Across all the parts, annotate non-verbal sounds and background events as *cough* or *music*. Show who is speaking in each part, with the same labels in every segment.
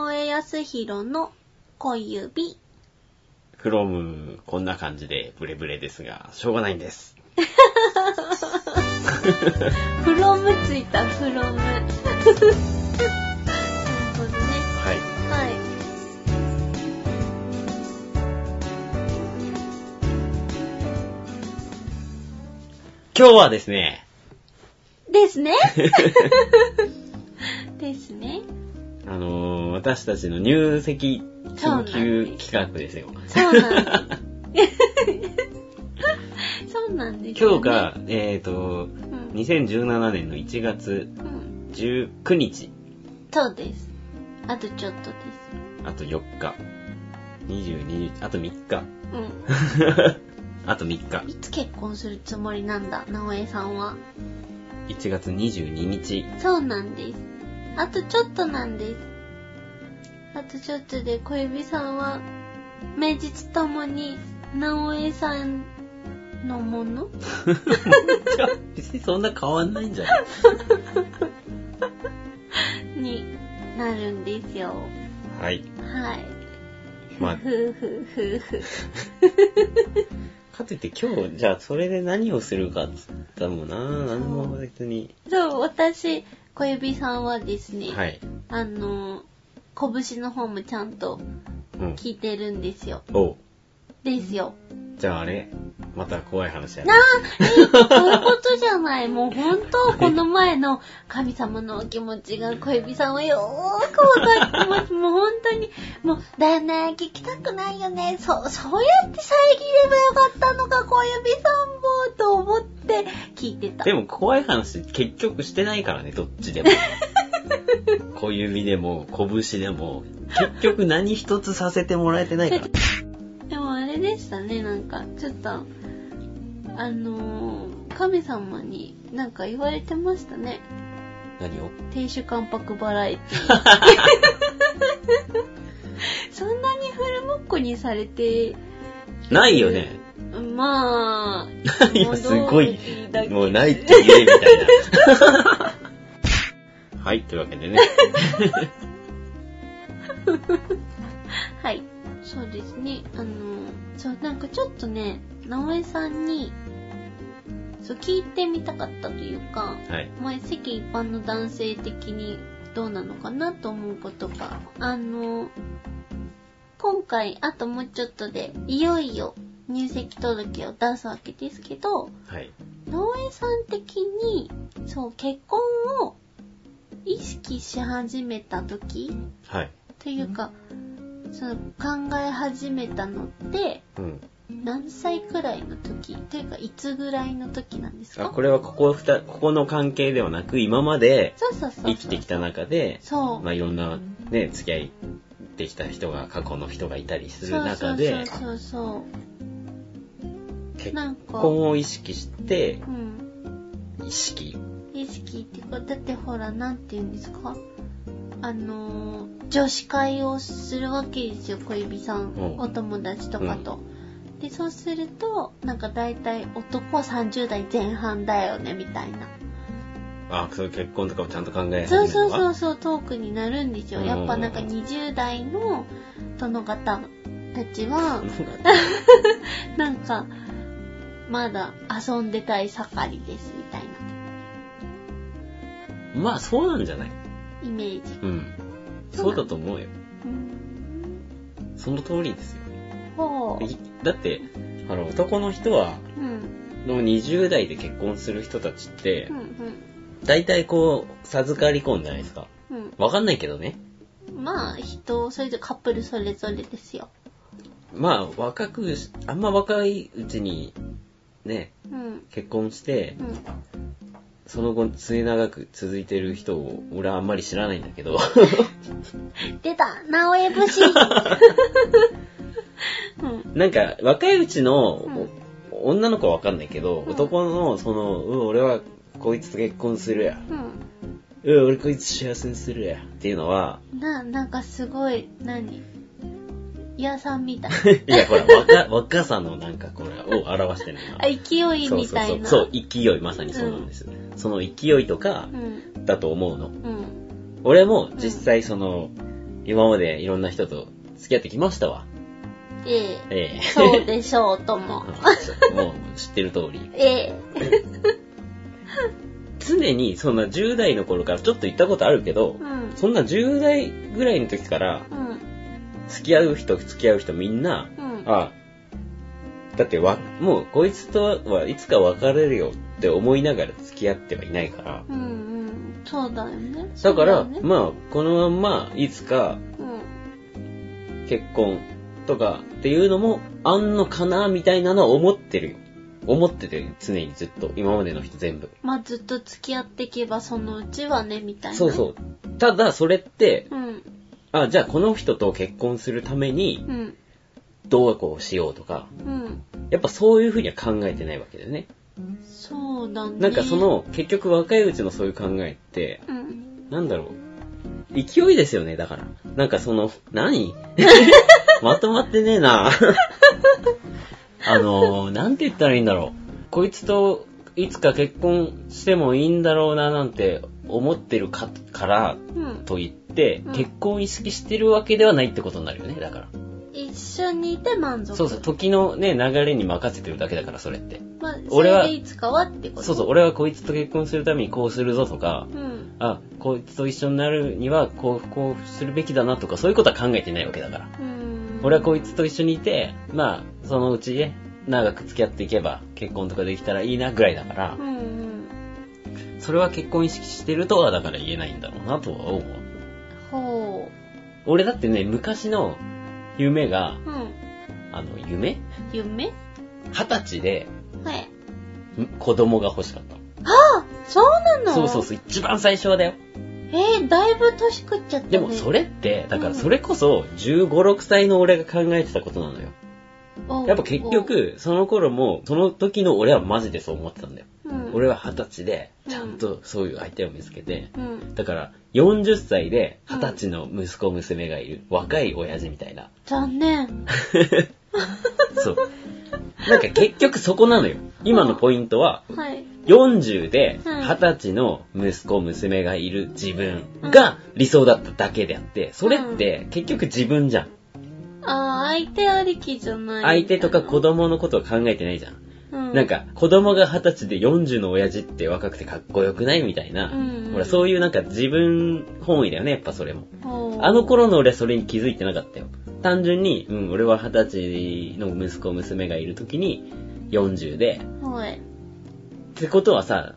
Speaker 1: 康弘の小指。
Speaker 2: クロム、こんな感じでブレブレですが、しょうがないんです。
Speaker 1: フロムついた、フロム。なるほどね。
Speaker 2: はい。
Speaker 1: はい。
Speaker 2: 今日はですね、
Speaker 1: です *laughs* ね。ですね。
Speaker 2: あのー、私たちの入籍緊急企画ですよ。
Speaker 1: そうなんです。そうなんです、ね。
Speaker 2: 今日が、えっ、ー、と、
Speaker 1: うん、
Speaker 2: 2017年の1月
Speaker 1: うん。
Speaker 2: 19日、
Speaker 1: そうです。あとちょっとで
Speaker 2: あと4日、22日、あと3日、 *laughs*
Speaker 1: す。うん。
Speaker 2: あと3日、
Speaker 1: いつ結婚するつもりなんだ、直江さんは。
Speaker 2: 1月22日、
Speaker 1: そうなんです。あとちょっとなんです。あとちょっとで小指さんは、名実ともに、直江さんのもの
Speaker 2: じゃあ *laughs* 別にそんな変わんないんじゃない
Speaker 1: になるんですよ。
Speaker 2: はい。
Speaker 1: はい。
Speaker 2: まあ、
Speaker 1: ふふふふ。
Speaker 2: *laughs* かといって今日、じゃあそれで何をするかっつったもんな、何も別に。
Speaker 1: そう、私、小指さんはですね、
Speaker 2: はい。
Speaker 1: あの、拳の方もちゃんと
Speaker 2: うん。
Speaker 1: 聞いてるんですよ。
Speaker 2: おう
Speaker 1: ですよ。
Speaker 2: じゃああれまた怖い話や
Speaker 1: な
Speaker 2: ね
Speaker 1: あ、え、そういうことじゃない。もう本当、この前の神様のお気持ちが小指さんはよーくわかってます。もう本当に、もう、だよね、聞きたくないよね。そう、そうやって遮ればよかったのか、小指さんも、と思って聞いてた。
Speaker 2: でも怖い話結局してないからね、どっ
Speaker 1: *laughs*
Speaker 2: ちでも。小指でも、拳でも、結局何一つさせてもらえてない
Speaker 1: *laughs*
Speaker 2: から。
Speaker 1: でもあれでしたね、なんか、ちょっと、あのー、神様になんか言われてましたね。
Speaker 2: 何を
Speaker 1: 亭主関白バラエティ
Speaker 2: *laughs*
Speaker 1: そんなにフルモッコにされて、
Speaker 2: ないよね。 *laughs*
Speaker 1: まあ、
Speaker 2: ないよ、すごい
Speaker 1: 物語だ。け
Speaker 2: もうないって言え、みたいな。 *laughs* はい、というわけでね。
Speaker 1: はい。そうですね。あのー、そう、なんかちょっとね、直江さんに、そう、聞いてみたかったというか、
Speaker 2: はい。
Speaker 1: まあ、世間一般の男性的にどうなのかなと思うことが、あの、今回、あともうちょっとで、いよいよ入籍届を出すわけですけど、
Speaker 2: はい。
Speaker 1: 農園さん的に、そう、結婚を意識し始めた時
Speaker 2: はい。
Speaker 1: というか、その考え始めたのって、
Speaker 2: うん。
Speaker 1: 何歳くらいの時というか、いつぐらいの時なんです
Speaker 2: あ
Speaker 1: か
Speaker 2: これはここ二、ここの関係ではなく、今まで
Speaker 1: そうそうそうそう。
Speaker 2: 生きてきた中で、
Speaker 1: そう
Speaker 2: ま。あいろんなね、付き合いできた人が、過去の人がいたりする中
Speaker 1: そう
Speaker 2: で、
Speaker 1: そうそうそう
Speaker 2: 結
Speaker 1: なんか
Speaker 2: 婚を意識して
Speaker 1: そう、うん
Speaker 2: 意識。
Speaker 1: 意識ってかだってほらなんて言うんですかあのー女子会をするわけですよ小指さん、
Speaker 2: うん
Speaker 1: お友達とかと、でそうするとなんか大体男は30代前半だよねみたいな
Speaker 2: あ、そう結婚とかをちゃんと考え始
Speaker 1: そ
Speaker 2: め
Speaker 1: う
Speaker 2: る
Speaker 1: そう
Speaker 2: の
Speaker 1: そ
Speaker 2: は
Speaker 1: うそうトークになるんですよ
Speaker 2: うん
Speaker 1: やっぱなんか20代の殿方たちはなんかまだ遊んでたい盛りですみたいな
Speaker 2: *laughs* まあそうなんじゃない
Speaker 1: イメージ。
Speaker 2: うん。
Speaker 1: そう
Speaker 2: そう
Speaker 1: なの
Speaker 2: だと思うよ。
Speaker 1: うん。
Speaker 2: その通りですよ。
Speaker 1: ほう。
Speaker 2: いだって、あの、男の人は、
Speaker 1: うん。
Speaker 2: の20代で結婚する人たちって
Speaker 1: う、ん。
Speaker 2: 大体こう、授かり婚じゃないですか。
Speaker 1: うん。
Speaker 2: わかんないけどね。
Speaker 1: うん。まあ、人、それぞれカップルそれぞれですよ。
Speaker 2: まあ、若くし、あんま若いうちに、ね、
Speaker 1: うん。
Speaker 2: 結婚して
Speaker 1: う、ん。
Speaker 2: その後末長く続いてる人を、俺はあんまり知らないんだ
Speaker 1: *laughs*
Speaker 2: けど。
Speaker 1: 出た直江節うん。
Speaker 2: なんか、若いうちの、
Speaker 1: うん
Speaker 2: お女の子はわかんないけど、
Speaker 1: うん
Speaker 2: 男の、その、うん俺はこいつと結婚するや。
Speaker 1: うん。
Speaker 2: うん、俺こいつ幸せにするや。っていうのは、
Speaker 1: な、なんかすごい、何イヤさんみたい
Speaker 2: いや、ほら、若、若さのなんかこれを表してるな。
Speaker 1: な。あ、勢い
Speaker 2: そう
Speaker 1: み
Speaker 2: そう
Speaker 1: た
Speaker 2: そ。
Speaker 1: いうな。
Speaker 2: そう、勢い、まさにそうなんです。その勢いとか
Speaker 1: う、ん。
Speaker 2: だと思うの。
Speaker 1: うん。
Speaker 2: 俺も実際その、今までいろんな人と付き合ってきましたわ。
Speaker 1: ええ。
Speaker 2: ええ。
Speaker 1: そうでしょうとも。
Speaker 2: *laughs* もう知ってる通り。
Speaker 1: ええ。
Speaker 2: 常にそんな10代の頃からちょっと行ったことあるけど
Speaker 1: う、ん。
Speaker 2: そんな10代ぐらいの時から
Speaker 1: うん。
Speaker 2: 付き合う人付き合う人みんな、
Speaker 1: うん。
Speaker 2: ああだってわ、もうこいつとはいつか別れるよって思いながら付き合ってはいないから。
Speaker 1: うんうん。そうだよね。
Speaker 2: だから、
Speaker 1: そうよね
Speaker 2: まあ、このまんまいつか
Speaker 1: うん。
Speaker 2: 結婚とかっていうのもあんのかなみたいなのは思ってるよ。思ってて常にずっと。今までの人全部。
Speaker 1: まあ、ずっと付き合っていけばそのうちはね、みたいな。
Speaker 2: そうそう。ただ、それって、
Speaker 1: う。うん。
Speaker 2: あ、じゃあこの人と結婚するために
Speaker 1: うん。
Speaker 2: どうこうしようとか、
Speaker 1: うん。
Speaker 2: やっぱそういうふうには考えてないわけだよね。
Speaker 1: そうだね。
Speaker 2: なんかそ、の、結局若いうちのそういう考えって、
Speaker 1: うん。
Speaker 2: なんだろう。勢いですよね、だから。なんかその、 *laughs* 何まとまってねえな。あのー、なんて言ったらいいんだろう。こいつといつか結婚してもいいんだろうななんて思ってるかから
Speaker 1: うん。
Speaker 2: といって
Speaker 1: うん、
Speaker 2: 結婚を意識してるわけではないってことになるよね、だから。
Speaker 1: 一緒にいて満足。
Speaker 2: そうそう、時のね、流れに任せてるだけだから、それって。
Speaker 1: まあ、そ
Speaker 2: 俺は
Speaker 1: れでいつかはってこと。
Speaker 2: そうそう、俺はこいつと結婚するためにこうするぞとか、
Speaker 1: うん。
Speaker 2: あ、こいつと一緒になるには、こう、こうするべきだなとか、そういうことは考えてないわけだから。
Speaker 1: うん。
Speaker 2: 俺はこいつと一緒にいて、まあ、そのうちね、長く付き合っていけば、結婚とかできたらいいなぐらいだから
Speaker 1: う、んうん。
Speaker 2: それは結婚意識してるとは、だから言えないんだろうなとは思う。
Speaker 1: ほ
Speaker 2: 俺だってね、昔の夢が、
Speaker 1: う。うん。
Speaker 2: あの、夢
Speaker 1: 夢
Speaker 2: 二十歳で、
Speaker 1: はい。
Speaker 2: ん子供が欲しかったの。
Speaker 1: そうなの
Speaker 2: そうそうそう、一番最初はだよ。
Speaker 1: えー、だいぶ年食っちゃったね。
Speaker 2: でもそ
Speaker 1: れ、
Speaker 2: れって、だからそれこそ15、6歳の俺が考えてたことなのよ。やっぱ結局、その頃も、その時の俺はマジでそう思ってたんだよ。
Speaker 1: お、うん、
Speaker 2: 俺は二十歳で、ちゃんとそういう相手を見つけて、
Speaker 1: うん。
Speaker 2: だから40歳で二十歳の息子娘がいる、若い親父みたいな。
Speaker 1: 残念。
Speaker 2: そう。なんか結局そこなのよ。今のポイントは、
Speaker 1: はい。
Speaker 2: 40で
Speaker 1: うん
Speaker 2: 二十歳の息子娘がいる自分が理想だっただけであって、それって結局自分じゃん。
Speaker 1: あー、相手ありきじゃない。
Speaker 2: 相手とか子供のことを考えてないじゃん。
Speaker 1: うん、
Speaker 2: なん、か、子供が二十歳で40の親父って若くてかっこよくないみたいな。
Speaker 1: うんうん
Speaker 2: ほら、そういうなんか自分本位だよね、やっぱそれも。
Speaker 1: ほう
Speaker 2: あの、頃の俺はそれに気づいてなかったよ。単純に、うん、俺は二十歳の息子、娘がいる時に40で。
Speaker 1: はい。
Speaker 2: ってことはさ、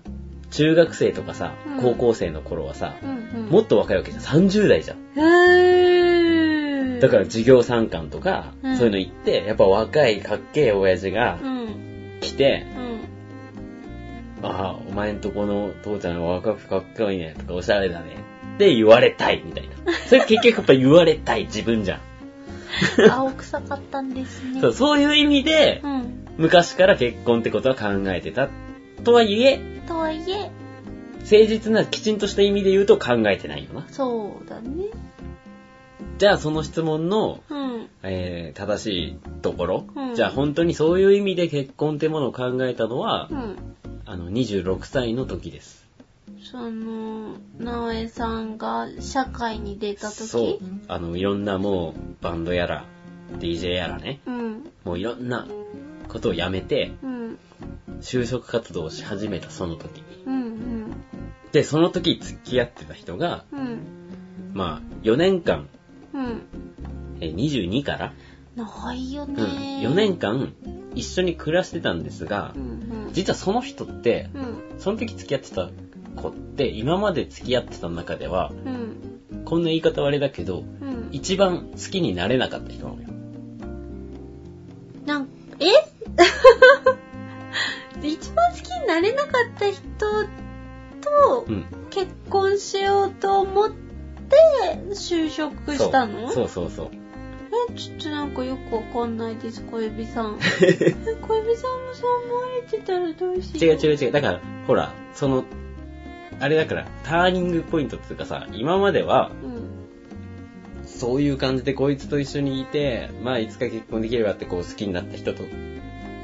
Speaker 2: 中学生とかさ
Speaker 1: うん、
Speaker 2: 高校生の頃はさ
Speaker 1: う、んうん。
Speaker 2: もっと若いわけじゃん。30代じゃん。
Speaker 1: うーん。
Speaker 2: だから、授業参観とか、
Speaker 1: うん
Speaker 2: そういうの行って、やっぱ若いかっけえ親父が
Speaker 1: うん。
Speaker 2: 来て、 *laughs*
Speaker 1: うん。
Speaker 2: ああ、お前んとこの父ちゃんは若くかっこいいねとかおしゃれだねって言われたいみたいな。それ結局やっぱ言われたい自分じゃん。
Speaker 1: 青臭かったんですね。
Speaker 2: そうそういう意味で、
Speaker 1: うん。
Speaker 2: 昔から結婚ってことは考えてた。とはいえ、
Speaker 1: とはいえ、
Speaker 2: 誠実なきちんとした意味で言うと考えてないよな。
Speaker 1: そうだね。
Speaker 2: じゃあその質問の、
Speaker 1: うん。
Speaker 2: えー、正しいところ、
Speaker 1: うん
Speaker 2: じゃあ本当にそういう意味で結婚ってものを考えたのは、
Speaker 1: うん。
Speaker 2: あの、26歳の時です。
Speaker 1: その、直江さんが社会に出た時
Speaker 2: そう。あの、いろんなもう、バンドやら、DJ やらね、
Speaker 1: うん。
Speaker 2: もういろんなことをやめて、
Speaker 1: うん。
Speaker 2: 就職活動をし始めたその時。
Speaker 1: うん。
Speaker 2: で、その時付き合ってた人が、
Speaker 1: うん。うん。
Speaker 2: まあ、4年間、
Speaker 1: うん。
Speaker 2: えー22から、
Speaker 1: ないよ
Speaker 2: うん、
Speaker 1: ね、
Speaker 2: 4年間一緒に暮らしてたんですが
Speaker 1: う、ん
Speaker 2: 実はその人って、
Speaker 1: うんうん
Speaker 2: その時付き合ってた子って、今まで付き合ってた中では、
Speaker 1: うん
Speaker 2: こんな言い方はあれだけど、
Speaker 1: うん
Speaker 2: 一番好きになれなかった人なのよ。
Speaker 1: なんえ *laughs* 一番好きになれなかった人と
Speaker 2: うん。
Speaker 1: 結婚しようと思って就職したの
Speaker 2: そうそうそうそう。
Speaker 1: えちょっとなんかよくわかんないです小指さ
Speaker 2: *laughs*
Speaker 1: んえ小指さんもそう思われてたらどうし
Speaker 2: 違
Speaker 1: よう
Speaker 2: う違う違う。だから、ほら、その、あれだから、ターニングポイントっていうかさ、今までは、
Speaker 1: うん
Speaker 2: そういう感じでこいつと一緒にいて、まあいつか結婚できればってこう好きになった人と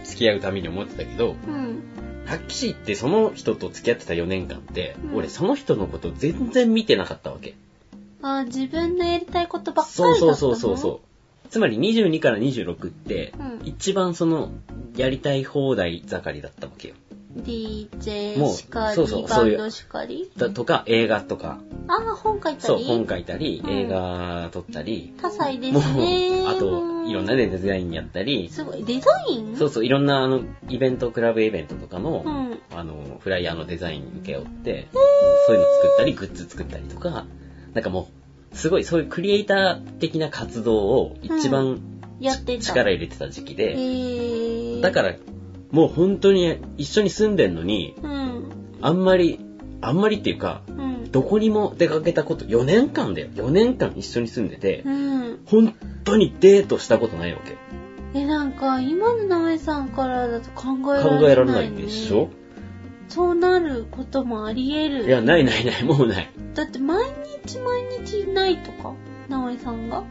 Speaker 2: 付き合うために思ってたけど、
Speaker 1: うん
Speaker 2: はっきり言ってその人と付き合ってた4年間って、
Speaker 1: うん
Speaker 2: 俺その人のこと全然見てなかったわけ。
Speaker 1: あ、自分のやりたいことばっかりだ
Speaker 2: そ
Speaker 1: っ
Speaker 2: う
Speaker 1: たの
Speaker 2: そうそうそうそう。つまり22から26って
Speaker 1: う、ん
Speaker 2: 一番その、やりたい放題盛りだったわけよ。
Speaker 1: DJ
Speaker 2: もう
Speaker 1: しかり、
Speaker 2: そうそう
Speaker 1: バ
Speaker 2: そうい
Speaker 1: ン
Speaker 2: う
Speaker 1: ドしかり。
Speaker 2: だとか、映画とか、
Speaker 1: あー、本書いたり。
Speaker 2: そう、本書いたり、
Speaker 1: うん
Speaker 2: 映画撮ったり、
Speaker 1: 多彩です
Speaker 2: もう
Speaker 1: ね。、
Speaker 2: あと、いろんな
Speaker 1: ね。
Speaker 2: ねデザインやったり、
Speaker 1: すごい、デザイン
Speaker 2: そうそう、いろんなあの、イベント、クラブイベントとかの、
Speaker 1: うん。
Speaker 2: あの、フライヤーのデザインに受け負って、そういうの作ったり、グッズ作ったりとか、なんかもう、すごいそういうクリエイター的な活動を一番
Speaker 1: やってた。
Speaker 2: 力入れてた時期
Speaker 1: へ
Speaker 2: で、
Speaker 1: ー。
Speaker 2: だから、もう本当に一緒に住んでんのに、
Speaker 1: ら。うん。
Speaker 2: あんまり、あんまりっていうか、
Speaker 1: うん。
Speaker 2: どこにも出かけたこと、4年間だよ。4年間一緒に住んでて、
Speaker 1: うん。
Speaker 2: 本当にデートしたことないわけ。
Speaker 1: え、なんか、今のなめさんからだと考えられない、ね。
Speaker 2: 考えられないでしょ
Speaker 1: そうなることもあり得る。
Speaker 2: いや、ないないない、もうない。
Speaker 1: だって毎日毎日いないとか、なおさんが。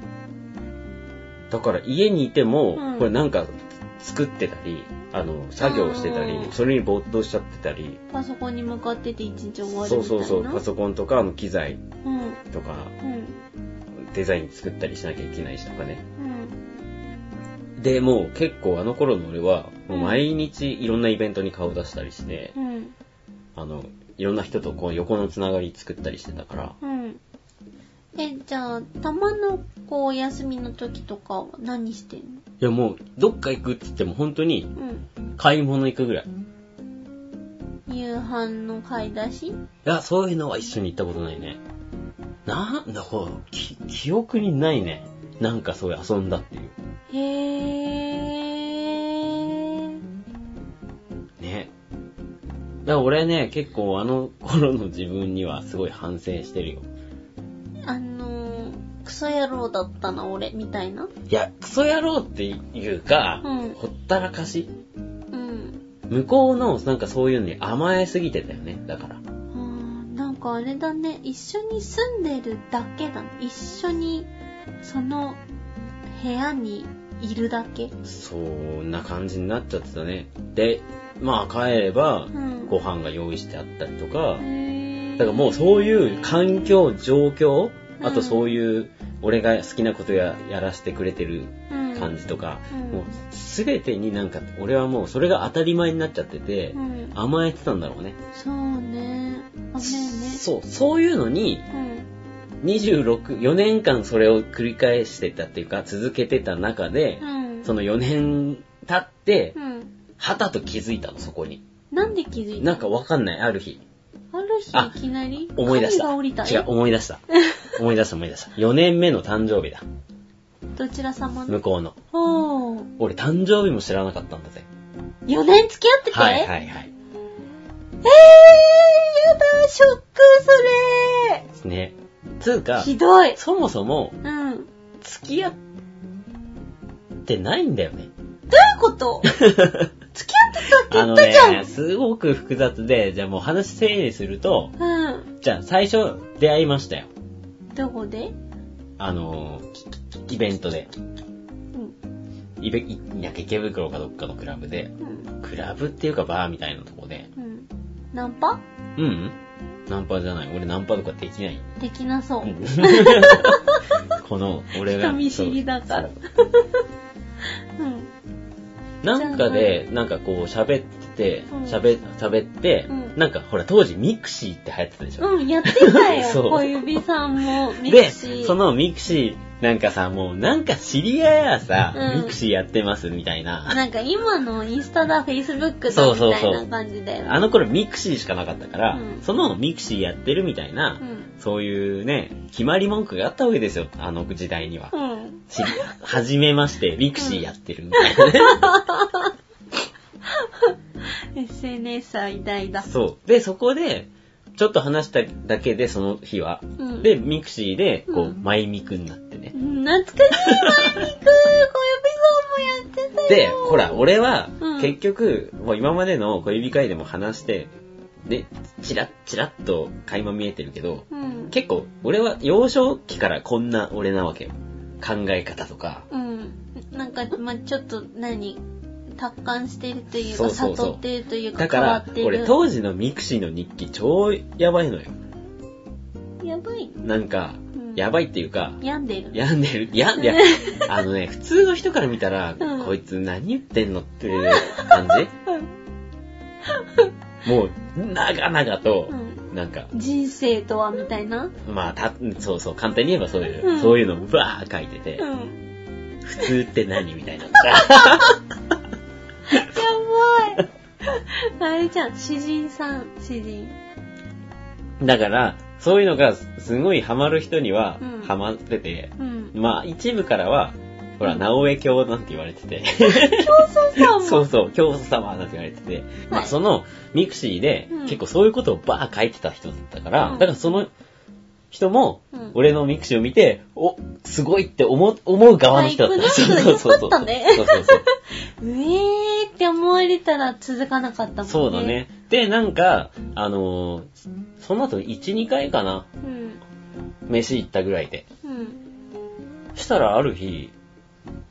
Speaker 2: だから家にいても、
Speaker 1: うん
Speaker 2: これなんか作ってたり、あの、作業してたり
Speaker 1: う、ん
Speaker 2: それに没頭しちゃってたり、
Speaker 1: パソコンに向かってて一日終わる
Speaker 2: そ
Speaker 1: み
Speaker 2: う
Speaker 1: たい
Speaker 2: そう
Speaker 1: な。
Speaker 2: そう、パソコンとか、あの、機材
Speaker 1: うん。うん。
Speaker 2: とか、デザイン作ったりしなきゃいけないしとかね。
Speaker 1: うん。
Speaker 2: で、もう結構あの頃の俺は、もう毎日いろんなイベントに顔出したりして、
Speaker 1: うん。
Speaker 2: あの、いろんな人とこう横のつながり作ったりしてたから、
Speaker 1: うん。え、じゃあ、たまのこう、休みの時とかは何してんの
Speaker 2: いやもう、どっか行くって言っても本当に
Speaker 1: う
Speaker 2: 買い物行くぐらい。い
Speaker 1: ん。夕飯の買い出し
Speaker 2: や、そういうのは一緒に行ったことないね。なんだ、こう、き記憶にないね。なんかそういう遊んだっていう。
Speaker 1: へー。
Speaker 2: ね。だから俺ね、結構あの頃の自分にはすごい反省してるよ。
Speaker 1: あのー、クソ野郎だったな、俺、みたいな。
Speaker 2: いや、クソ野郎っていうか、
Speaker 1: うん
Speaker 2: ほったらかし
Speaker 1: うん。
Speaker 2: 向こうのなんかそういうのに甘えすぎてたよね、だから。
Speaker 1: あーなんかあれだね、一緒に住んでるだけだね。一緒に、その、部屋にいるだけ。
Speaker 2: そんな感じになっちゃってたね。で、まあ帰れば
Speaker 1: う、ん。
Speaker 2: ご飯が用意してあったりとか、
Speaker 1: へー
Speaker 2: だからもうそういう環境、状
Speaker 1: う
Speaker 2: 況、
Speaker 1: ん
Speaker 2: あとそういう俺が好きなことややらせてくれてる感じとか、
Speaker 1: うん
Speaker 2: もう全てになんか俺はもうそれが当たり前になっちゃってて、
Speaker 1: うん。うん。
Speaker 2: 甘えてたんだろうね。
Speaker 1: そうね。ごめんね。
Speaker 2: そう、そういうのに、
Speaker 1: うん。
Speaker 2: 26、4年間それを繰り返してたっていうか、続けてた中で、
Speaker 1: うん。
Speaker 2: その4年経って、
Speaker 1: うん。
Speaker 2: はたと気づいたの、そこに。
Speaker 1: なんで気づいたの
Speaker 2: なんかわかんない、ある日。
Speaker 1: ある日
Speaker 2: あ
Speaker 1: いきなり
Speaker 2: 思い出した。
Speaker 1: 神が降りた
Speaker 2: 違う、思い出した。思い出した、思い出した。4年目の誕生日だ。
Speaker 1: どちら様
Speaker 2: 向
Speaker 1: の
Speaker 2: こうの。
Speaker 1: おー。
Speaker 2: 俺、誕生日も知らなかったんだぜ。
Speaker 1: 4年付き合ってて
Speaker 2: はい、
Speaker 1: い。
Speaker 2: はい、はい。
Speaker 1: えー、やだ、ショック、そ
Speaker 2: ね。つう
Speaker 1: れ
Speaker 2: か、
Speaker 1: ひどい。
Speaker 2: そもそも、
Speaker 1: うん。どういう
Speaker 2: 付き合ってないんだよね。
Speaker 1: こと
Speaker 2: *laughs*
Speaker 1: 付き合ってたって
Speaker 2: あ
Speaker 1: 言
Speaker 2: の
Speaker 1: ったじゃん。
Speaker 2: ね、すごく複雑で、じゃあもう話整理すると、
Speaker 1: うん。
Speaker 2: じゃあ最初出会いましたよ。
Speaker 1: どこで
Speaker 2: あの、イベントで。
Speaker 1: うん。
Speaker 2: イベ、いなんか池袋かどっかのクラブで。
Speaker 1: うん。
Speaker 2: クラブっていうかバーみたいなとこで。
Speaker 1: うん。ナンパ
Speaker 2: うん、うん、ナンパじゃない。俺ナンパとかできない。
Speaker 1: できなそう。
Speaker 2: この、俺が。
Speaker 1: *laughs* 人見知りだから
Speaker 2: そう
Speaker 1: うん。
Speaker 2: なんかで、なんかこう喋ってて、
Speaker 1: うん
Speaker 2: 喋、喋って、
Speaker 1: うん
Speaker 2: なんかほら当時ミクシーって流行ってたでしょ。
Speaker 1: うん、やってた
Speaker 2: *laughs* そ
Speaker 1: よ。
Speaker 2: う
Speaker 1: 小指さんも、ミク
Speaker 2: で、
Speaker 1: シー。
Speaker 2: そのミクシー、なんかさ、もうなんか知り合いやさ、
Speaker 1: うん
Speaker 2: ミクシーやってますみたいな。
Speaker 1: なんか今のインスタだ、フェイスブック
Speaker 2: そ
Speaker 1: だ
Speaker 2: うそう
Speaker 1: み
Speaker 2: そ
Speaker 1: た
Speaker 2: う
Speaker 1: いな感じだよね。
Speaker 2: あの頃ミクシーしかなかったから、
Speaker 1: うん
Speaker 2: そのミクシーやってるみたいな、
Speaker 1: うん。
Speaker 2: そういうね、決まり文句があったわけですよ、あの時代には。
Speaker 1: うん。
Speaker 2: 知りはじめまして、ミクシーやってるみたいなね。
Speaker 1: SNS は偉大だ。
Speaker 2: そう。で、そこで、ちょっと話しただけで、その日は。
Speaker 1: うん
Speaker 2: で、ミクシーで、こう、
Speaker 1: うん
Speaker 2: マイミクになってね。
Speaker 1: うん懐かしい、マイミク小指さんもやってたよ。
Speaker 2: で、ほら、俺は
Speaker 1: う、ん
Speaker 2: 結局、もう今までの小指会でも話して、で、チラッチラッと垣間見えてるけど、
Speaker 1: うん。
Speaker 2: 結構、俺は幼少期からこんな俺なわけよ。考え方とか。
Speaker 1: うん。なんか、まあ、ちょっと何、達観してるという
Speaker 2: そう
Speaker 1: か、
Speaker 2: そうそう
Speaker 1: 悟ってるというか、
Speaker 2: だか
Speaker 1: 変わ
Speaker 2: ら
Speaker 1: って、る。
Speaker 2: 俺当時のミクシーの日記超やばいのよ。
Speaker 1: やばい。
Speaker 2: なんか、
Speaker 1: うん。うん
Speaker 2: やばいっていうか、
Speaker 1: 病んでる。
Speaker 2: 病んでる、病
Speaker 1: *laughs*
Speaker 2: んでる。あのね、普通の人から見たら、
Speaker 1: うん
Speaker 2: こいつ何言ってんのっていう感
Speaker 1: *laughs*
Speaker 2: じもう、長々と
Speaker 1: う、ん
Speaker 2: なんか、
Speaker 1: 人生とはみたいな。
Speaker 2: まあ、た、そうそう、簡単に言えばそういう、
Speaker 1: うん
Speaker 2: そういうのをバー書いてて、
Speaker 1: うん。
Speaker 2: 普通って何みたい
Speaker 1: *laughs*
Speaker 2: な。
Speaker 1: やばい。あれじゃん、詩人さん、詩人。
Speaker 2: だから、そういうのがすごいハマる人には
Speaker 1: うん、
Speaker 2: ハマってて、
Speaker 1: うん。
Speaker 2: まあ、一部からは、ほら、
Speaker 1: うん
Speaker 2: 直江教なんて言われてて、
Speaker 1: そうさんも。
Speaker 2: そうそう、教祖様なんて言われてて、まあ、その、ミクシーで
Speaker 1: うん、
Speaker 2: 結構そういうことをバー書いてた人だったから、
Speaker 1: うん
Speaker 2: だからその人も、
Speaker 1: うん
Speaker 2: 俺のミクシーを見て、お、すごいって思う、思う側の人だった。
Speaker 1: タイプの人よかったね
Speaker 2: そうそ
Speaker 1: *laughs*
Speaker 2: うそう。
Speaker 1: うえーって思われたら続かなかったもんね。
Speaker 2: そうだ。ね。で、なんか、あのーその後1、2回かな、
Speaker 1: うん。
Speaker 2: 飯行ったぐらいで。
Speaker 1: うん。
Speaker 2: したらある日、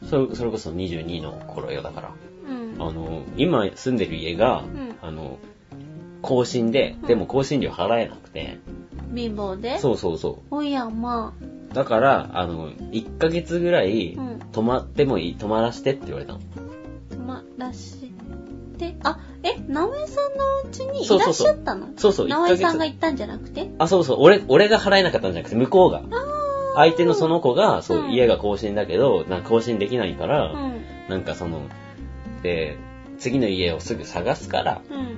Speaker 2: そそれこそ22の頃よだから、
Speaker 1: うん。
Speaker 2: あのー今住んでる家が、
Speaker 1: ん
Speaker 2: あのー更新で、でも更新料払えなくて、
Speaker 1: 貧乏でう。
Speaker 2: そうそうそ
Speaker 1: おやま
Speaker 2: う。だから、あの、1ヶ月ぐらい
Speaker 1: うん、
Speaker 2: 泊まってもいい、泊まらしてって言われたの。
Speaker 1: あ、まらして。あ、え、直江さんのうちにい
Speaker 2: そう
Speaker 1: らっ
Speaker 2: そうそう
Speaker 1: しゃったの
Speaker 2: そうそう、1
Speaker 1: 直
Speaker 2: ヶ
Speaker 1: 江
Speaker 2: 月。
Speaker 1: さんが行ったんじゃなくて
Speaker 2: あ、そうそう、俺、俺が払えなかったんじゃなくて、向こうが。
Speaker 1: あ
Speaker 2: 相手のその子が、そうう、
Speaker 1: ん
Speaker 2: 家が更新だけど、なんか更新できないか
Speaker 1: あ
Speaker 2: ら、
Speaker 1: うん。
Speaker 2: なんかその、で、次の家をすぐ探すから、
Speaker 1: うん。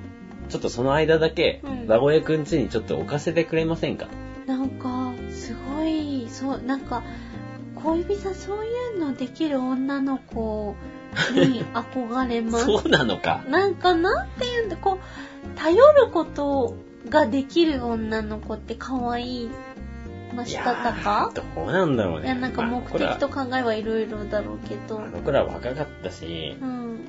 Speaker 2: ちょっとその間だけ
Speaker 1: うん、
Speaker 2: 名古屋くん家にちょっと置かせてくれませんか
Speaker 1: なんか、すごい、そう、なんか、恋人そういうのできる女の子に憧れます。
Speaker 2: *laughs* そうなのか。
Speaker 1: なんか、なんて言うんだ、こう、頼ることができる女の子って可愛い。まあ、
Speaker 2: い
Speaker 1: し
Speaker 2: や
Speaker 1: たたか
Speaker 2: ーどうなんだろう
Speaker 1: い
Speaker 2: ね。
Speaker 1: や、なんか
Speaker 2: まあ
Speaker 1: 目
Speaker 2: これは
Speaker 1: 的と考えはいろいろだろうけど。
Speaker 2: あの子ら若かったし、
Speaker 1: うん。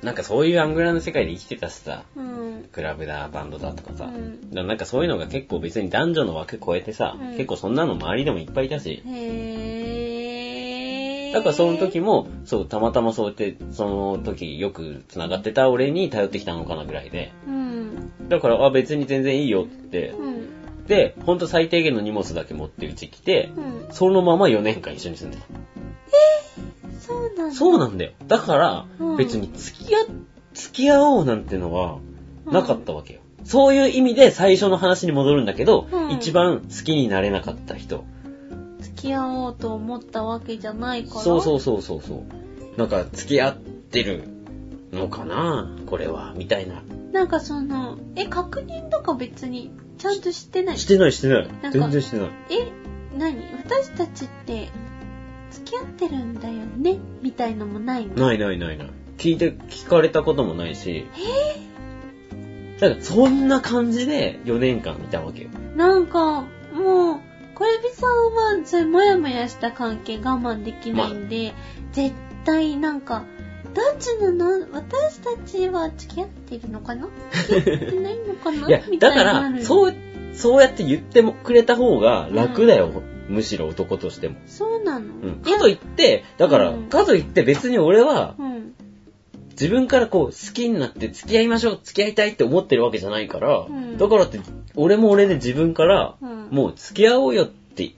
Speaker 2: なんかそういうアングラの世界で生きてたしさ、
Speaker 1: うん。
Speaker 2: クラブだ、バンドだとかさ、
Speaker 1: うん
Speaker 2: だからなんかそういうのが結構別に男女の枠超えてさ、
Speaker 1: うん
Speaker 2: 結構そんなの周りでもいっぱいいたし、
Speaker 1: へー。
Speaker 2: だからその時も、そう、たまたまそうやって、その時よく繋がってた俺に頼ってきたのかなぐらいで、
Speaker 1: うん。
Speaker 2: だから、あ、別に全然いいよって
Speaker 1: う、ん。
Speaker 2: で、ほんと最低限の荷物だけ持ってうち来て、
Speaker 1: うん。
Speaker 2: そのまま4年間一緒に住んで
Speaker 1: そうなん
Speaker 2: た。
Speaker 1: だ。
Speaker 2: そうなんだよ。だから
Speaker 1: うん、
Speaker 2: 別に付き合、付き合おうなんてのは、なかったわけよ。そういう意味で最初の話に戻るんだけど、
Speaker 1: うん
Speaker 2: 一番好きになれなかった人。
Speaker 1: 付き合おうと思ったわけじゃないから。
Speaker 2: そう
Speaker 1: う。
Speaker 2: そうそうそうそう。なんか、付き合ってるのかなこれは、みたいな。
Speaker 1: なんかその、え、確認とか別に、ちゃんとしてない
Speaker 2: してないしてない
Speaker 1: な。んか
Speaker 2: 全然してない。
Speaker 1: え、何私たちって、付き合ってるんだよねみたいのもないの
Speaker 2: ないないないない。聞いて、聞かれたこともないし。だから、そんな感じで4年間いたわけよ。
Speaker 1: なんか、もう、小指さんは、そういうもやもやした関係我慢できないんで、絶対なんか、どっちなの私たちは付き合ってるのかな付き合ってないのかない
Speaker 2: や、
Speaker 1: みた
Speaker 2: だ
Speaker 1: い
Speaker 2: か
Speaker 1: にな
Speaker 2: ら、
Speaker 1: る。
Speaker 2: そう、そうやって言ってもくれた方が楽だよ。むしろ男としても。
Speaker 1: そうなの、
Speaker 2: うん。かといって、だから、
Speaker 1: うん
Speaker 2: かといって別に俺は、
Speaker 1: うん。
Speaker 2: 自分からこう、好きになって付き合いましょう、付き合いたいって思ってるわけじゃないから、
Speaker 1: うん
Speaker 2: だからって、俺も俺で自分から、
Speaker 1: うん
Speaker 2: もう付き合おうよって、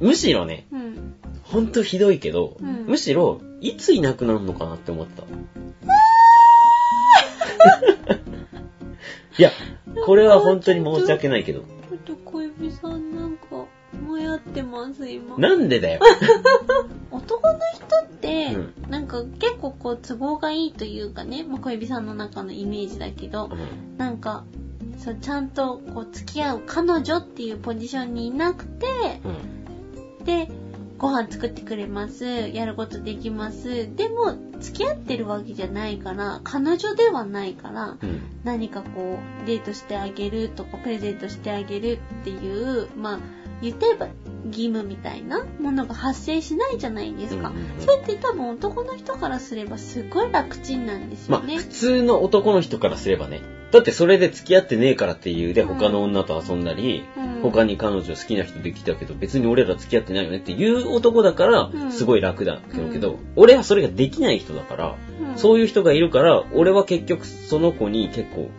Speaker 2: むしろね、
Speaker 1: うん。
Speaker 2: ほんとひどいけど、
Speaker 1: うん
Speaker 2: むしろ、いついなくなるのかなって思った。 *laughs* いや、これは本当に申し訳ないけど、
Speaker 1: ちょっと小指さんなんか、もやってます、今。
Speaker 2: なんでだよ。
Speaker 1: 男の人って、
Speaker 2: う
Speaker 1: なんか結構こう都合がいいというかね、まあ、小指さんの中のイメージだけど、なんかそうちゃんとこう付き合う彼女っていうポジションにいなくて
Speaker 2: うん
Speaker 1: でご飯作ってくれますやることできますでも付き合ってるわけじゃないから彼女ではないから
Speaker 2: うん。
Speaker 1: 何かこうデートしてあげるとかプレゼントしてあげるっていうまあ言ってえば義務みたいなものが発生しないじゃないですか、
Speaker 2: うんうんうん
Speaker 1: それって多分男の人からすればすごい楽ちんなんです
Speaker 2: ま
Speaker 1: よ
Speaker 2: あ、
Speaker 1: ね、
Speaker 2: 普通の男の人からすればね。だってそれで付き合ってねえからっていうで、
Speaker 1: うん
Speaker 2: 他の女と遊んだり、
Speaker 1: うん
Speaker 2: 他に彼女好きな人できたけど、別に俺ら付き合ってないよねっていう男だか
Speaker 1: うん
Speaker 2: ら、すごい楽だけど、
Speaker 1: うん
Speaker 2: 俺はそれができない人だから、
Speaker 1: うん
Speaker 2: そういう人がいるから、俺は結局その子に結構、
Speaker 1: うん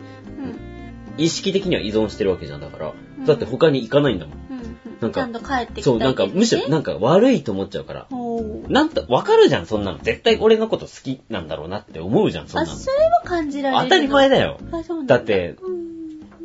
Speaker 2: 意識的には依存してるわけじゃんだから
Speaker 1: うん、
Speaker 2: だって他に行かないんだもん。
Speaker 1: うんうん
Speaker 2: なん
Speaker 1: ちゃん
Speaker 2: か、
Speaker 1: と帰ってきた
Speaker 2: そう、なんか、むしろ、なんか悪いと思っちゃうから。
Speaker 1: おー
Speaker 2: なんと、わかるじゃん、そんなの。絶対俺のこと好きなんだろうなって思うじゃん、そん
Speaker 1: あ、
Speaker 2: なの。
Speaker 1: それは感じられるの。
Speaker 2: 当たり前だよ。
Speaker 1: あそうなん
Speaker 2: だって
Speaker 1: うん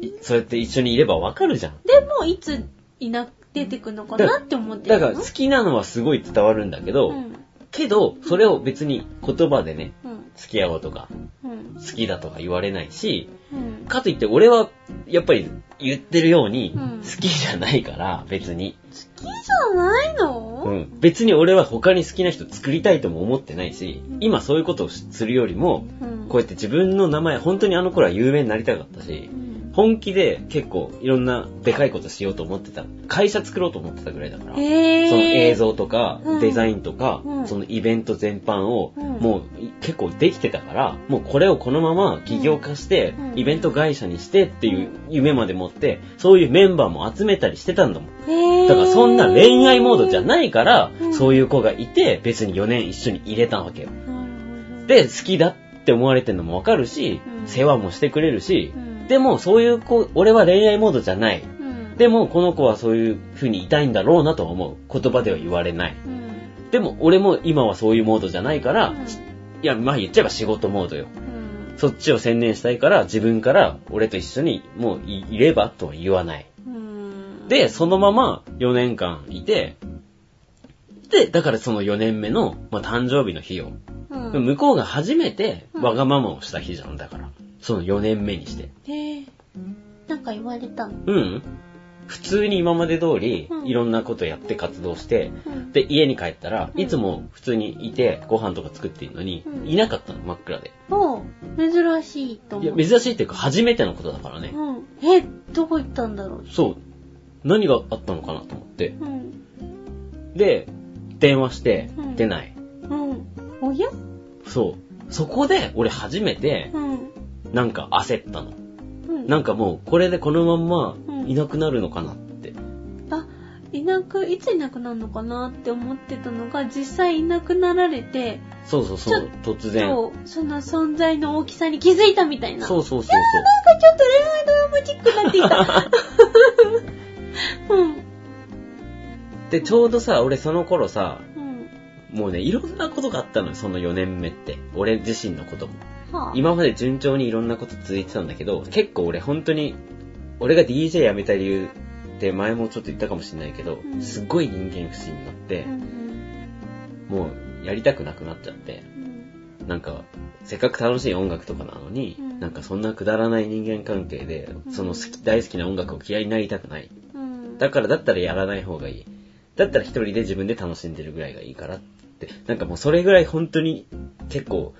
Speaker 2: いそうやって一緒にいればわかるじゃん。
Speaker 1: でも、いついな、出てくのかなって思って
Speaker 2: だ
Speaker 1: るの
Speaker 2: から、好きなのはすごい伝わるんだけど、
Speaker 1: うん。
Speaker 2: けど、それを別に言葉でね、
Speaker 1: うん。
Speaker 2: 付き合おうとか、
Speaker 1: うん。
Speaker 2: 好きだとか言われないし、
Speaker 1: うん。
Speaker 2: かといって俺は、やっぱり言ってるように、
Speaker 1: うん
Speaker 2: 好きじゃないから、別に。
Speaker 1: 好きじゃない
Speaker 2: うん
Speaker 1: の、
Speaker 2: 別に俺は他に好きな人作りたいとも思ってないし、
Speaker 1: うん
Speaker 2: 今そういうことをするよりも、
Speaker 1: うん。
Speaker 2: こうやって自分の名前、本当にあの頃は有名になりたかったし
Speaker 1: う、ん
Speaker 2: 本気で結構いろんなでかいことしようと思ってた。会社作ろうと思ってたぐらいだから。
Speaker 1: えー、
Speaker 2: その映像とか
Speaker 1: うん
Speaker 2: デザインとか、
Speaker 1: うん
Speaker 2: そのイベント全般を
Speaker 1: うん
Speaker 2: もうい結構できてたから、もうこれをこのまま起業化して
Speaker 1: う、ん
Speaker 2: イベント会社にしてっていう夢まで持って、そういうメンバーも集めたりしてたんだもん。
Speaker 1: えー、
Speaker 2: だからそんな恋愛モードじゃないから、
Speaker 1: うん
Speaker 2: そういう子がいて別に4年一緒に入れたわけよ。
Speaker 1: なるほど
Speaker 2: で、好きだって思われてるのもわかるし、
Speaker 1: うん
Speaker 2: 世話もしてくれるし
Speaker 1: う、ん、
Speaker 2: でもそういう子、俺は恋愛モードじゃない。
Speaker 1: うん、
Speaker 2: でもこの子はそういう風にいたいんだろうなとは思う。言葉では言われない。
Speaker 1: うん、
Speaker 2: でも俺も今はそういうモードじゃないから、
Speaker 1: うん
Speaker 2: いや、まあ言っちゃえば仕事モードよ。
Speaker 1: うん
Speaker 2: そっちを専念したいから自分から俺と一緒にもういいればとは言わない。
Speaker 1: うん、
Speaker 2: で、そのまま4年間いて、で、だからその4年目の、まあ、誕生日の日を、
Speaker 1: うん、
Speaker 2: 向こうが初めて
Speaker 1: うん
Speaker 2: わがままをした日じゃん、だから。その4年目にして。
Speaker 1: えー、なんか言われたの、
Speaker 2: うん。普通に今まで通り
Speaker 1: う、ん
Speaker 2: いろんなことやって活動して、
Speaker 1: うん、
Speaker 2: で、家に帰ったら、
Speaker 1: うん
Speaker 2: いつも普通にいて、ご飯とか作ってるのに
Speaker 1: う、ん
Speaker 2: いなかったの、真っ暗で。
Speaker 1: おう珍しいと
Speaker 2: い
Speaker 1: 思
Speaker 2: や、
Speaker 1: う。
Speaker 2: 珍しいっていうか、初めてのことだからね。
Speaker 1: うん、え、どこ行ったんだろう、
Speaker 2: そう。何があったのかなと思って。
Speaker 1: うん、
Speaker 2: で、電話して
Speaker 1: う、ん
Speaker 2: 出ない。
Speaker 1: うん、おや
Speaker 2: そう。そこで、俺初めて、
Speaker 1: うん、
Speaker 2: なんか焦ったの。
Speaker 1: うん、
Speaker 2: なんかもう、これでこのまん
Speaker 1: う
Speaker 2: ま、
Speaker 1: ん
Speaker 2: いなくなるのかなって。
Speaker 1: あ、いなく、いついなくなるのかなって思ってたのが、実際いなくなられて、
Speaker 2: そうそうそう、突然。
Speaker 1: そう、その存在の大きさに気づいたみたいな。。
Speaker 2: そううそうそうそう。
Speaker 1: なんかちょっと恋愛ドラマチックになってき
Speaker 2: *laughs*
Speaker 1: た。うん、
Speaker 2: で、ちょうどさ、俺その頃さ、
Speaker 1: うん、
Speaker 2: もうね、いろんなことがあったのよ、その4年目って。俺自身のことも。
Speaker 1: はあ、
Speaker 2: 今まで順調にいろんなこと続いてたんだけど、結構俺本当に、俺が DJ 辞めた理由って前もちょっと言ったかもしれないけど、
Speaker 1: うん
Speaker 2: すっごい人間不信になって
Speaker 1: う、ん、
Speaker 2: もうやりたくなくなっちゃって、
Speaker 1: うん、
Speaker 2: なんか、せっかく楽しい音楽とかなのに、
Speaker 1: うん
Speaker 2: なんかそんなくだらない人間関係で、その好き、大好きな音楽を嫌いになりたくない。
Speaker 1: うん、
Speaker 2: だからだったらやらない方がいい。だったら一人で自分で楽しんでるぐらいがいいからって。なんかもうそれぐらい本当に結構、